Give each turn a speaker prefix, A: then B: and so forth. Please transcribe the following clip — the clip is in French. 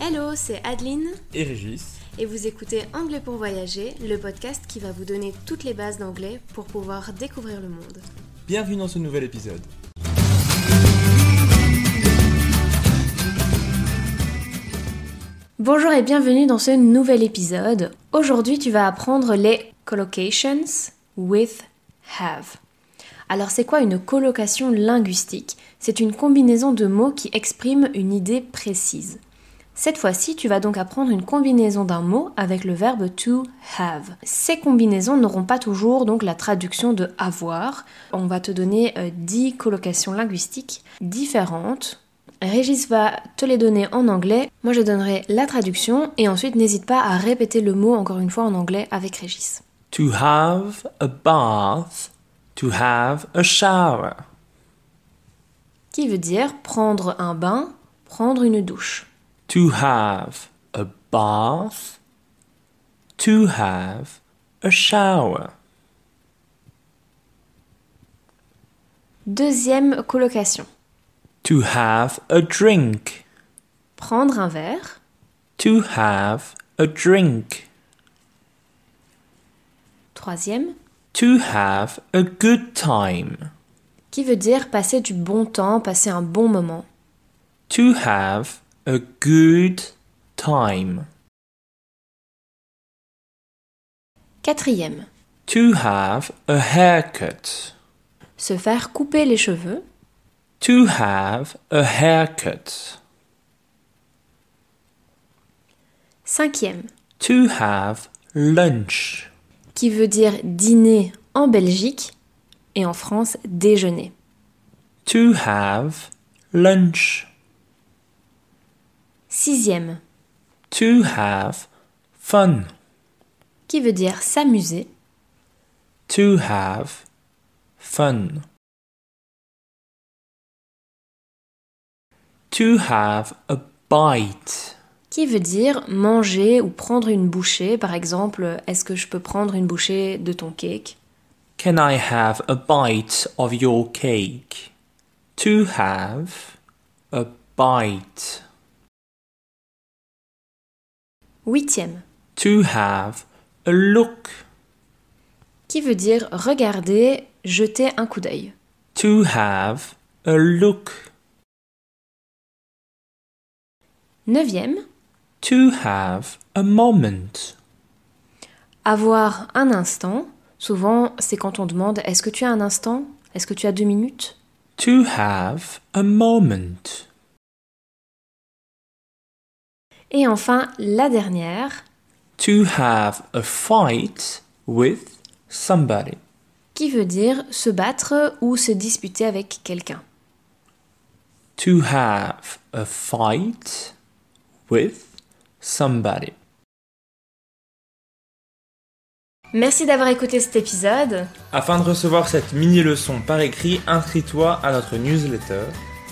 A: Hello, c'est Adeline
B: et Régis.
A: et vous écoutez Anglais pour voyager, le podcast qui va vous donner toutes les bases d'anglais pour pouvoir découvrir le monde.
B: Bienvenue dans ce nouvel épisode.
A: Bonjour et bienvenue dans ce nouvel épisode. Aujourd'hui, tu vas apprendre les collocations with have. Alors, c'est quoi une collocation linguistique C'est une combinaison de mots qui expriment une idée précise. Cette fois-ci, tu vas donc apprendre une combinaison d'un mot avec le verbe to have. Ces combinaisons n'auront pas toujours donc la traduction de avoir. On va te donner euh, 10 collocations linguistiques différentes Régis va te les donner en anglais, moi je donnerai la traduction et ensuite n'hésite pas à répéter le mot encore une fois en anglais avec Régis.
B: To have a bath, to have a shower.
A: Qui veut dire prendre un bain, prendre une douche.
B: To have a bath, to have a shower.
A: Deuxième colocation,
B: To have a drink,
A: prendre un verre,
B: to have a drink.
A: troisième,
B: To have a good time,
A: qui veut dire passer du bon temps, passer un bon moment.
B: to have a good time.
A: Quatrième,
B: To have a haircut.
A: se faire couper les cheveux.
B: To have a haircut.
A: Cinquième,
B: To have lunch.
A: qui veut dire dîner en Belgique et en France déjeuner.
B: To have lunch.
A: Sixième,
B: To have fun.
A: qui veut dire s'amuser.
B: To have fun. To have a bite.
A: qui veut dire manger ou prendre une bouchée. Par exemple, est-ce que je peux prendre une bouchée de ton cake
B: Can I have a bite of your cake? To have a bite.
A: Huitième,
B: To have a look.
A: qui veut dire regarder, jeter un coup d'œil.
B: To have a look.
A: Neuvième,
B: To have a moment.
A: avoir un instant. Souvent, c'est quand on demande est-ce que tu as un instant Est-ce que tu as deux minutes
B: To have a moment.
A: Et enfin, la dernière,
B: To have a fight with somebody.
A: qui veut dire se battre ou se disputer avec quelqu'un.
B: To have a fight with somebody.
A: Merci d'avoir écouté cet épisode.
B: Afin de recevoir cette mini-leçon par écrit, inscris-toi à notre newsletter.